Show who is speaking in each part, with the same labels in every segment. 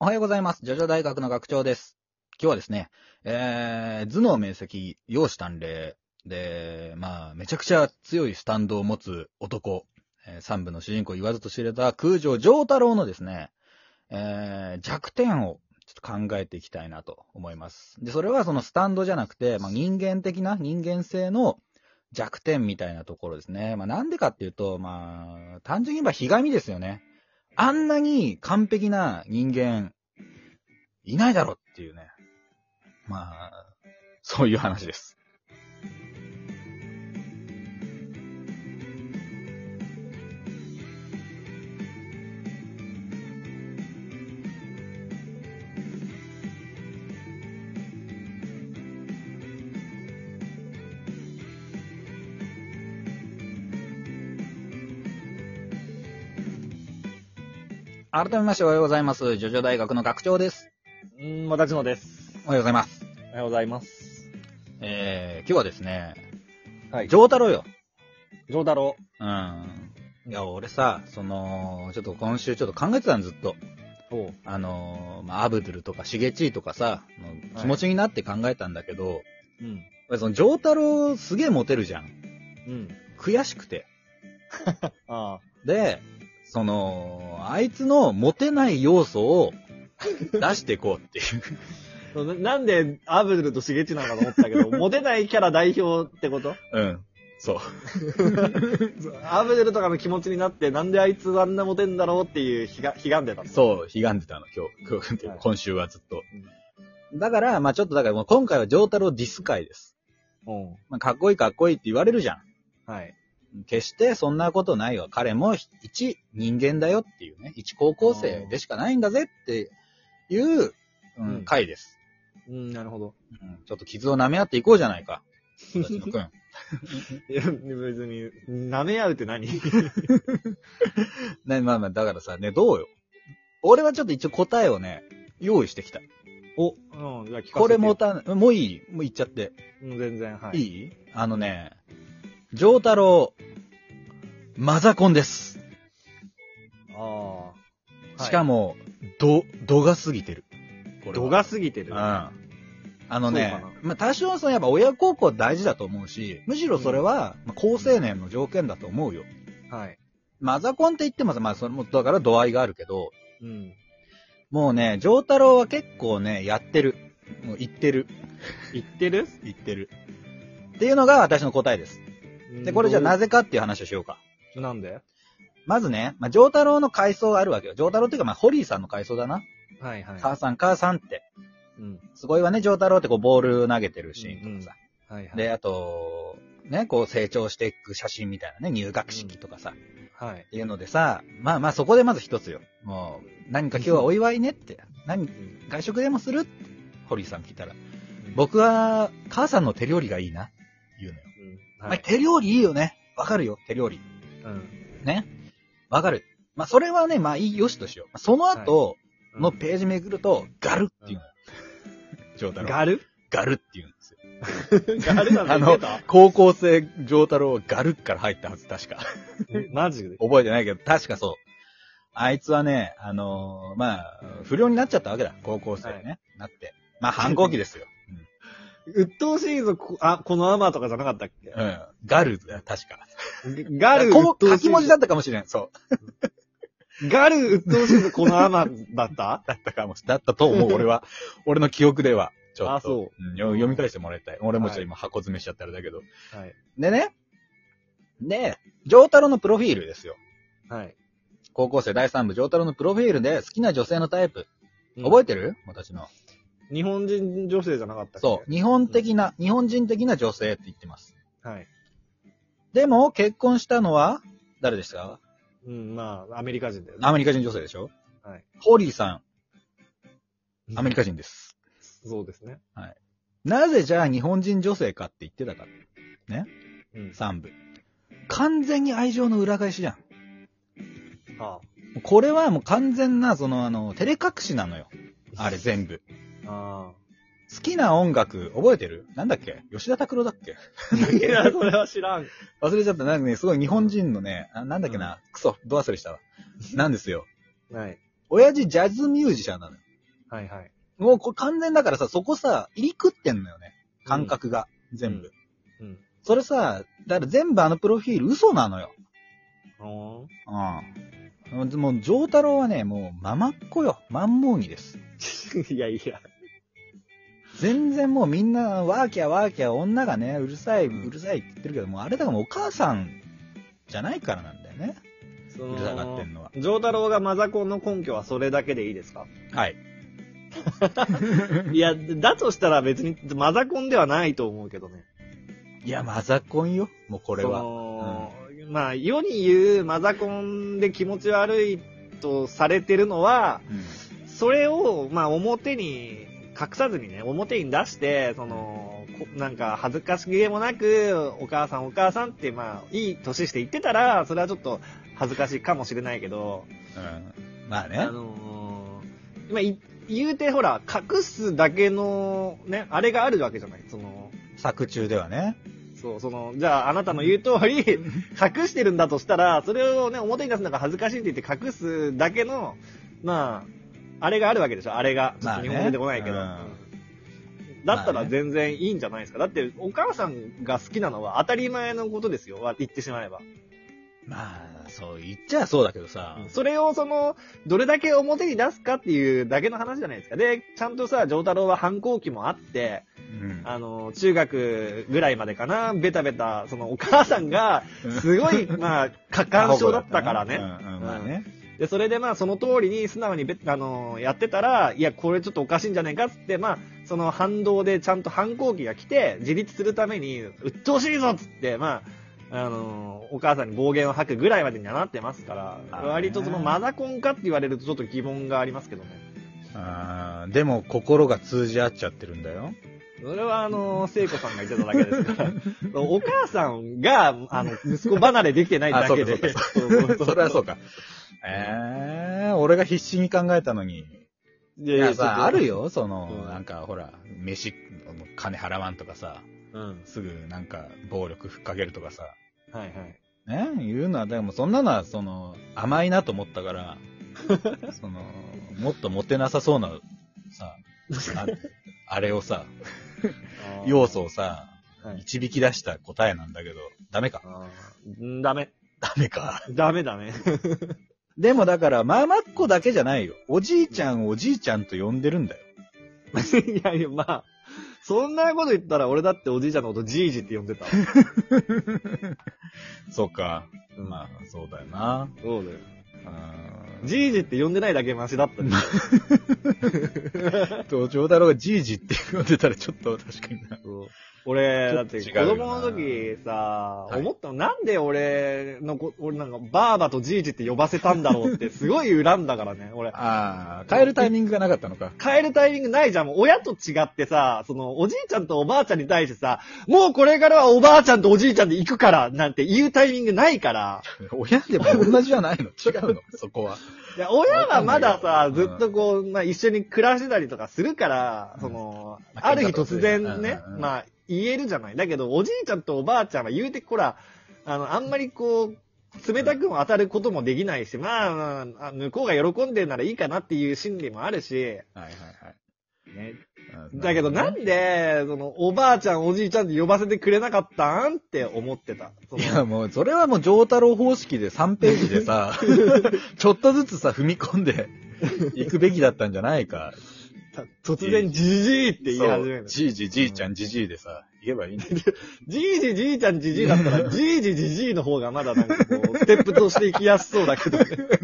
Speaker 1: おはようございます。ジョジョ大学の学長です。今日はですね、えー、頭脳明晰、容姿端麗、で、まあ、めちゃくちゃ強いスタンドを持つ男、えー三部の主人公言わずと知れた空城城太郎のですね、えー、弱点をちょっと考えていきたいなと思います。で、それはそのスタンドじゃなくて、まあ、人間的な人間性の弱点みたいなところですね。まあ、なんでかっていうと、まあ、単純に言えばひがみですよね。あんなに完璧な人間、いないだろっていうね。まあ、そういう話です。改めましておはようございます。ジョジョ大学の学長です。
Speaker 2: うん、私もです。
Speaker 1: おはようございます。
Speaker 2: おはようございます。
Speaker 1: えー、今日はですね、
Speaker 2: はい。ジョ
Speaker 1: 上太郎よ。
Speaker 2: ジョーダロ
Speaker 1: うん。いや、俺さ、その、ちょっと今週ちょっと考えてたのずっと。
Speaker 2: ー。お
Speaker 1: あのー、まあ、アブドゥルとかシゲチーとかさ、気持ちになって考えたんだけど、やっ
Speaker 2: うん。
Speaker 1: ぱりその上太郎すげえモテるじゃん。
Speaker 2: うん。
Speaker 1: 悔しくて。
Speaker 2: あ
Speaker 1: で、その、あいつのモテない要素 を出していこうっていう。
Speaker 2: あ。ななんで、アブドゥルとシゲチなのかと思ったけど、 モテないキャラ代表ってこと
Speaker 1: うん。そう。
Speaker 2: アブドゥルとかの気持ちになって、なんであいつあんなモテんだろうっていう、ひが、ひがんでたの。
Speaker 1: そう、悲願でたの、今日。今日っていうか
Speaker 2: はい
Speaker 1: 今週はずっと。だから、まあちょっとだからもう今回は上太郎ディス会です。
Speaker 2: うん。
Speaker 1: まあ、かっこいいかっこいいって言われるじゃ
Speaker 2: はい。
Speaker 1: ん。決してそんなことないわ。彼も一人間だよっていうね。一高校生でしかないんだぜっていう、う、
Speaker 2: うんん
Speaker 1: 回です、
Speaker 2: うん、なるほど。
Speaker 1: うん。ちょっと傷を舐め合っていこうじゃない か。私のくん。
Speaker 2: いや別に、舐め合うって 何
Speaker 1: ね、まあまあ、だからさ、ね、どうよ。俺はちょっと一応答えをね、用意してきた。
Speaker 2: お、うん、じゃあ聞かせてよ
Speaker 1: これも、た、もういいもう言っちゃって。、
Speaker 2: うん全然、はいい。
Speaker 1: いあのね、上太郎、マザコンです。
Speaker 2: ああ。
Speaker 1: しかも、
Speaker 2: も、
Speaker 1: ど、度が過ぎてる。これは
Speaker 2: 度が過ぎて
Speaker 1: う
Speaker 2: る
Speaker 1: ん。
Speaker 2: ね。
Speaker 1: あの
Speaker 2: そう
Speaker 1: ね
Speaker 2: かな、
Speaker 1: まあ、多少そのやっぱ親孝行大事だと思うし、むしろそれは、まあ好青年の条件だと思うよ。
Speaker 2: はい。
Speaker 1: マザコンって言ってもさ、まあそれも、だから度合いがあるけど、
Speaker 2: うん。
Speaker 1: もうね、上太郎は結構ね、やってる。もう言ってる。
Speaker 2: 言ってる
Speaker 1: 言ってる。っていうのが私の答えです。で、これじゃあな
Speaker 2: ぜ、
Speaker 1: ぜかっていう話をしようか。
Speaker 2: なんで
Speaker 1: まずね、まあ、上太郎の階層があるわけよ。上太郎っていうか、まあ、ホリーさんの階層だな。
Speaker 2: はいはい。
Speaker 1: 母さん、母さんって。
Speaker 2: うん。
Speaker 1: すごいわね、上太郎ってこう、ボール投げてるシーンとかさ。
Speaker 2: はいはい。
Speaker 1: で、あと、ね、こう、成長していく写真みたいなね、入学式とかさ、っ
Speaker 2: はい。
Speaker 1: ていうのでさ、まあまあ、そこでまず一つよ。もう、何か今日はお祝いねって。何、外食でもするって、ホリーさん聞いたら。僕は、母さんの手料理がいいな。言うのよ。
Speaker 2: うん、
Speaker 1: まあ、手料理いいよね。わかるよ、手料理。
Speaker 2: うん。
Speaker 1: ね。わかる。まあ、それはね、まあ、いいよしとしよう。まあその後のページめくると、ガルっていうのよ。上太郎。
Speaker 2: ガル
Speaker 1: ガルっていうんですよ。
Speaker 2: ガルなんて言ってた
Speaker 1: 高校生上太郎はガルから入ったはず、確か。
Speaker 2: マジで。
Speaker 1: 覚えてないけど、確かそう。あいつはね、あのーまあ、不良になっちゃったわけだ。高校生ね。な
Speaker 2: は
Speaker 1: って。まあ、反抗期ですよ。
Speaker 2: 鬱陶しいぞ、こあ、このアマとかじゃなかったっ け
Speaker 1: うん。うん。ガルだ、確か。
Speaker 2: ガル、
Speaker 1: こう書き文字だ
Speaker 2: っ
Speaker 1: ったかもしれん。そう。
Speaker 2: た。ガル、鬱陶しいぞ、このアマだった
Speaker 1: だったかもしれん。だったと思う、俺 は。俺の記憶では。ちょっと。
Speaker 2: あそ
Speaker 1: んよ読み返してもらいたい。俺もちょっと今箱詰めしちゃったらだけど。
Speaker 2: はい。
Speaker 1: でね。で、上太郎のプロフィールですよ。
Speaker 2: はい。
Speaker 1: 高校生第3部上太郎のプロフィールで好きな女性のタイプ。覚えてる、私の。
Speaker 2: え日本人女性じゃなかったっけ
Speaker 1: そう。日本的な、日本人的な女性って言ってます。
Speaker 2: う。はい。
Speaker 1: でも、結婚したのは、誰でしたか
Speaker 2: うん、まあ、アメリカ人だよね。
Speaker 1: アメリカ人女性でしょ
Speaker 2: はい。
Speaker 1: ホリーさん、アメリ
Speaker 2: カ。
Speaker 1: カ人です。
Speaker 2: そうですね。
Speaker 1: なぜじゃあ日本人女性かって言ってたか。
Speaker 2: うん。
Speaker 1: 3部。完全に愛情の裏返しじゃん。
Speaker 2: あ
Speaker 1: これはもう完全な、その、あの、照れ隠しなのよ。あれ全部。
Speaker 2: あ。あ
Speaker 1: 好きな音楽、覚えてるなんだっけ吉田拓郎だっけ
Speaker 2: あ。いや、それは知らん。
Speaker 1: 忘れちゃった。なんかね、すごい日本人のね、あなんだっけな、クソ、ド忘れしたわ。なんですよ。
Speaker 2: はい。
Speaker 1: 親父ジャズミュージシャンなのよ。
Speaker 2: はいはい。
Speaker 1: もうこれ完全だからさ、そこさ、入り食ってんのよね。感覚が。全部。
Speaker 2: うん。
Speaker 1: それさ、だから全部あのプロフィール嘘なのよ。
Speaker 2: おー
Speaker 1: うん。もう、丈太郎はね、もう、ママっ子よ。マンモーニです。
Speaker 2: いやいや。
Speaker 1: 全然もうみんな、ワーキャーワーキャー、女がね、うるさい、
Speaker 2: うん
Speaker 1: うるさいって言ってるけど、もうあれだからもうお母さんじゃないからなんだよね。
Speaker 2: そう
Speaker 1: るさがってんのは。
Speaker 2: 丈太郎がマザコンの根拠はそれだけでいいですか
Speaker 1: はい。
Speaker 2: いや、だとしたら別にマザコンではないと思うけどね。
Speaker 1: いや、マザコンよ。もうこれ
Speaker 2: そ
Speaker 1: は。
Speaker 2: のまあ、世に言うマザコンで気持ち悪いとされてるのは、
Speaker 1: うん
Speaker 2: それを、まあ、表に、隠さずにね、表に出して、その、こなんか、恥ずかしげもなく、お母さんお母さんって、まあ、いい年して言ってたら、それはちょっと恥ずかしいかもしれないけど、
Speaker 1: うん。まあ
Speaker 2: あ
Speaker 1: ね。
Speaker 2: のーまあ、い言うてほら、隠すだけの、ね、あれがあるわけじゃない。その、
Speaker 1: 作中ではね。
Speaker 2: そう、その、じゃあ、あなたの言う通 り、隠してるんだとしたら、それをね、表に出すのが恥ずかしいって言って隠すだけの、まあ、あれがあるわけでしょ、あれが。ちょ
Speaker 1: ま
Speaker 2: っ
Speaker 1: あ
Speaker 2: と
Speaker 1: ね
Speaker 2: 日本語出てこないけど。
Speaker 1: うん
Speaker 2: だった
Speaker 1: まあ
Speaker 2: ら
Speaker 1: ね
Speaker 2: 全然いいんじゃないですか。だって、お母さんが好きなのは当たり前のことですよ、わ言ってしまえば。
Speaker 1: まあ、そう言っちゃそうだけどさ。
Speaker 2: それをその、どれだけ表に出すかっていうだけの話じゃないですか。で、ちゃんとさ、丈太郎は反抗期もあって、
Speaker 1: うん
Speaker 2: あの、中学ぐらいまでかな、ベタベタ、そのお母さんが、すごい、まあ、過干渉だったから
Speaker 1: うん
Speaker 2: ね。
Speaker 1: うん、まあね。
Speaker 2: で、それでまあ、その通りに素直にべ、あの、やってたら、いや、これちょっとおかしいんじゃねえかっつって、まあ、その反動でちゃんと反抗期が来て、自立するために、鬱陶しいぞっつって、まあ、あの、お母さんに暴言を吐くぐらいまでにはなってますから、
Speaker 1: あーね
Speaker 2: 割とそのマザコンかって言われるとちょっと疑問がありますけどね。
Speaker 1: あーでも心が通じ合っちゃってるんだ よ。
Speaker 2: それはあ の、聖子さんが言ってただけですから。お母さんが、あの、息子離れできてないだけで。
Speaker 1: あそうか
Speaker 2: そうそう
Speaker 1: それはそうか。えー、俺が必死に考えたのに。
Speaker 2: いや
Speaker 1: い
Speaker 2: い
Speaker 1: や
Speaker 2: や、
Speaker 1: さ、ある
Speaker 2: よ。
Speaker 1: よ、その、
Speaker 2: うん
Speaker 1: なんかほら、飯、金払わんとかさ、
Speaker 2: うん。
Speaker 1: すぐなんか暴力ふっかけるとかさ、
Speaker 2: はいはい。
Speaker 1: ね、言うのは、でもそんなのは、その、甘いなと思った から、その、もっとモテなさそうな、 さ、ああれをさ、要素をさ、
Speaker 2: はい。
Speaker 1: 導き出した答えなんだけど、ダメか。
Speaker 2: あーんダメ。
Speaker 1: ダメか。
Speaker 2: ダメダメ。
Speaker 1: でもだから、ママっ子だけじゃないよ。おじいちゃん、おじいちゃんと呼んでるんだよ。
Speaker 2: いやいや、まあ、そんなこと言ったら俺だっておじいちゃんのことじいじって呼んでたわ。
Speaker 1: そうか。
Speaker 2: うん
Speaker 1: まあ、そうだよな。
Speaker 2: そうだよ。
Speaker 1: う
Speaker 2: じいじって呼んでないだけマシだったよ。
Speaker 1: ん。と、長太郎がじいじって呼んでたらちょっと確かにな。
Speaker 2: そう俺、だって
Speaker 1: ち
Speaker 2: 子
Speaker 1: ょっと違うよ
Speaker 2: 供
Speaker 1: な
Speaker 2: の時さ、
Speaker 1: はい
Speaker 2: 思ったの、なんで俺のこ、俺なんか、ばあばとじいじって呼ばせたんだろうって、すごい恨んだからね、俺。
Speaker 1: ああ、帰るタイミングがなかったのか。
Speaker 2: 帰るタイミングないじゃん。もう親と違ってさ、その、おじいちゃんとおばあちゃんに対してさ、もうこれからはおばあちゃんとおじいちゃんで行くから、なんて言うタイミングないから。
Speaker 1: 親でも同じじゃないの違うのそこは。
Speaker 2: いや親はまだ
Speaker 1: わか
Speaker 2: さ、
Speaker 1: んない
Speaker 2: ず
Speaker 1: よ
Speaker 2: っとこう、まあ、一緒に暮らしてたりとかするから
Speaker 1: う、ん
Speaker 2: その、
Speaker 1: まあ
Speaker 2: ある日突然ね
Speaker 1: うんうんう、ん
Speaker 2: まあ、言えるじゃない。だけど、おじいちゃんとおばあちゃんは言うて、こら、あの、あんまりこう、冷たくも当たることもできないし、まあまあ、あ向こうが喜んでるならいいかなっていう心理もあるし、
Speaker 1: はいはい
Speaker 2: ね
Speaker 1: はい。
Speaker 2: だけどな
Speaker 1: で
Speaker 2: んで、その、おばあちゃん、おじいちゃんって呼ばせてくれなかったんって思ってた。そ
Speaker 1: い
Speaker 2: の
Speaker 1: やもう、それはもう、上太郎方式で3ページで さ、ちょっとずつさ、踏み込んでいくべきだったんじゃないか。
Speaker 2: た突然、じじいって言い始める。じ
Speaker 1: じいじ、じいちゃん、じじいでさ、言えばいいんだよ。
Speaker 2: いじじいちゃんじじいだった ら、じいじじじいの方がまだなんかこう、ステップとしていきやすそうだけど ね。
Speaker 1: 確か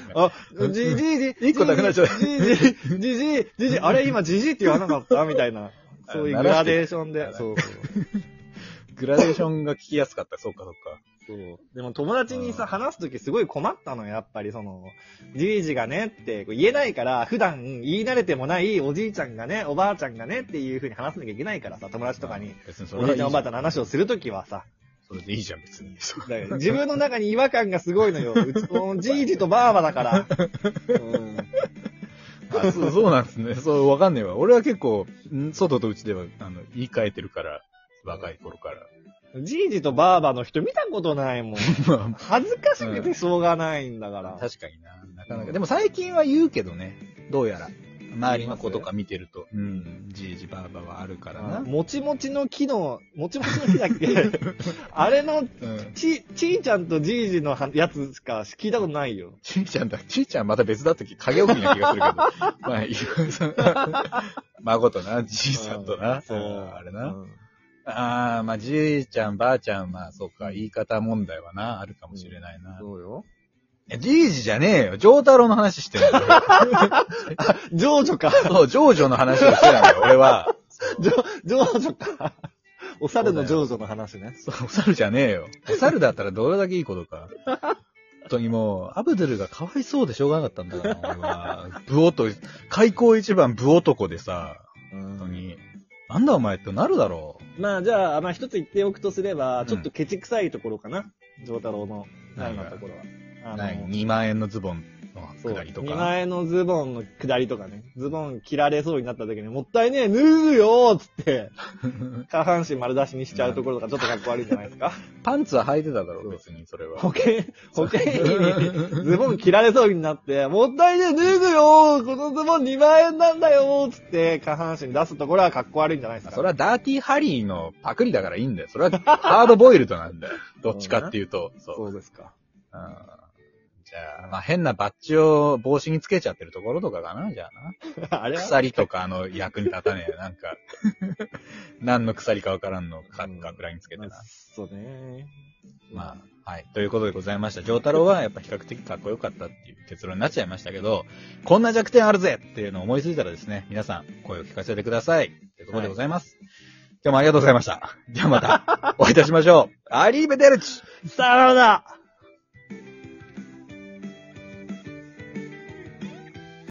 Speaker 1: にね。
Speaker 2: あ、じじいじ、
Speaker 1: 一個なくなっちゃう
Speaker 2: じじいじ、じじい、じじい、あれ今じじいって言わなかったみたいな。そういうグラデーションで。そうそう。
Speaker 1: グラデーションが聞きやすかった。そうか、そうか。
Speaker 2: そう。でも友達に
Speaker 1: う
Speaker 2: さ、
Speaker 1: ん
Speaker 2: 話すときすごい困ったのよ、やっぱりその、じいじがねってこう言えないから、普段言い慣れてもないおじいちゃんがね、おばあちゃんがねっていう風に話さなきゃいけないからさ、友達とかに。。
Speaker 1: 別にそ
Speaker 2: お
Speaker 1: れは
Speaker 2: じ
Speaker 1: いいじ
Speaker 2: いちゃ
Speaker 1: ゃん
Speaker 2: んおばあちゃんの話をするときはさ、
Speaker 1: それでいいじゃん、別に。そう
Speaker 2: だから自分の中に違和感がすごい のよ。うちのじいじとばあばだから。うん
Speaker 1: あそうそうなんですね。そう、わかんねえわ。俺は結構、ん外と内では、あの、言い換えてるから、若い頃から。
Speaker 2: じいじとばあばの人見たことないもん。
Speaker 1: ま
Speaker 2: 恥ずかしくてしょうがないんだか
Speaker 1: あ、
Speaker 2: ら。
Speaker 1: 確かにな。なかなか。でも最近は言うけどね。どうやら。
Speaker 2: う
Speaker 1: 周りの子とか見てると、うん、じいじばあばはあるからな。
Speaker 2: もちもちの木の、もちもちの木だ っけあれの、
Speaker 1: うん。
Speaker 2: ち、ちいちゃんとじいじのはやつしか聞いたことないよ。
Speaker 1: ちいちゃんだ。ちいちゃんまた別だったっけ影置きな気がするけど。 まあ、いいよその孫とな、じいちゃんとな。
Speaker 2: そう
Speaker 1: あれな。
Speaker 2: うん
Speaker 1: ああ、まあ、じいちゃん、ばあちゃん、まあ、そうか、言い方問題はな、あるかもしれないな。
Speaker 2: そうよ。
Speaker 1: えじいじじゃねえよ。ジョータロの話して るんだよ。
Speaker 2: 情緒か。
Speaker 1: そう、ジョージョの話をしてたんだよ、俺 は。
Speaker 2: 情緒か。お猿の情緒の話ね。
Speaker 1: そう、お猿じゃねえよ。お猿だったらどれだけいいことか。本当にもう、アブドゥルがかわいそうでしょうがなかったんだから、俺は。ブオと、開口一番ブ男でさ、
Speaker 2: うん
Speaker 1: 本当に、なんだお前ってなるだろ
Speaker 2: まあじゃあ、まあ一つ言っておくとすれば
Speaker 1: ん、
Speaker 2: ちょっとケチくさいところかな。丈太郎の、あ
Speaker 1: 何
Speaker 2: の
Speaker 1: が
Speaker 2: ところは。
Speaker 1: う。
Speaker 2: あの
Speaker 1: ない2万円のズボン
Speaker 2: そ
Speaker 1: のく
Speaker 2: う。
Speaker 1: だりと
Speaker 2: 2
Speaker 1: か。
Speaker 2: 万円のズボンの下りとかね。ズボン切られそうになった時に、もったいねえ、脱ぐよーっつって、 下半身丸出しにしちゃうところとかちょっとかっこ悪いんじゃないですか。
Speaker 1: パンツは履いてただろ、別に、それは。
Speaker 2: 保険、保険医にズボン切られそうになって、もったいねえ、脱ぐよーこのズボン2万円なんだよーっつって、下半身出すところはかっこ悪いんじゃないですか。
Speaker 1: それはダーティーハリーのパクリだからいいんだよ。それはハードボイルドなんだよ。 どっちかっていうと。そう。
Speaker 2: そうですか。
Speaker 1: うんじゃあ、まあ、変なバッジを帽子につけちゃってるところとかかな、じゃあ
Speaker 2: あれ
Speaker 1: な。
Speaker 2: は
Speaker 1: 鎖とかあの役に立たねえ、なんか。 何の鎖かわからんのか、かくらいにつけてな。
Speaker 2: そうね。
Speaker 1: まあ、はい。ということでございました。上太郎はやっぱ比較的かっこよかったっていう結論になっちゃいましたけど、こんな弱点あるぜっていうのを思いついたらですね、皆さん声を聞かせてください。ということでございます。今日もありがとうございました。ではまた、お会いいたしましょう。アリーベデルチ
Speaker 2: あ、さよなら